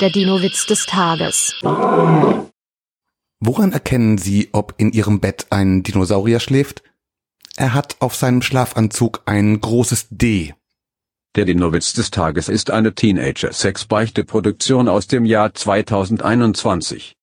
Der Dino-Witz des Tages. Woran erkennen Sie, ob in Ihrem Bett ein Dinosaurier schläft? Er hat auf seinem Schlafanzug ein großes D. Der Dinowitz des Tages ist eine Teenager-Sex-Beichte-Produktion aus dem Jahr 2021.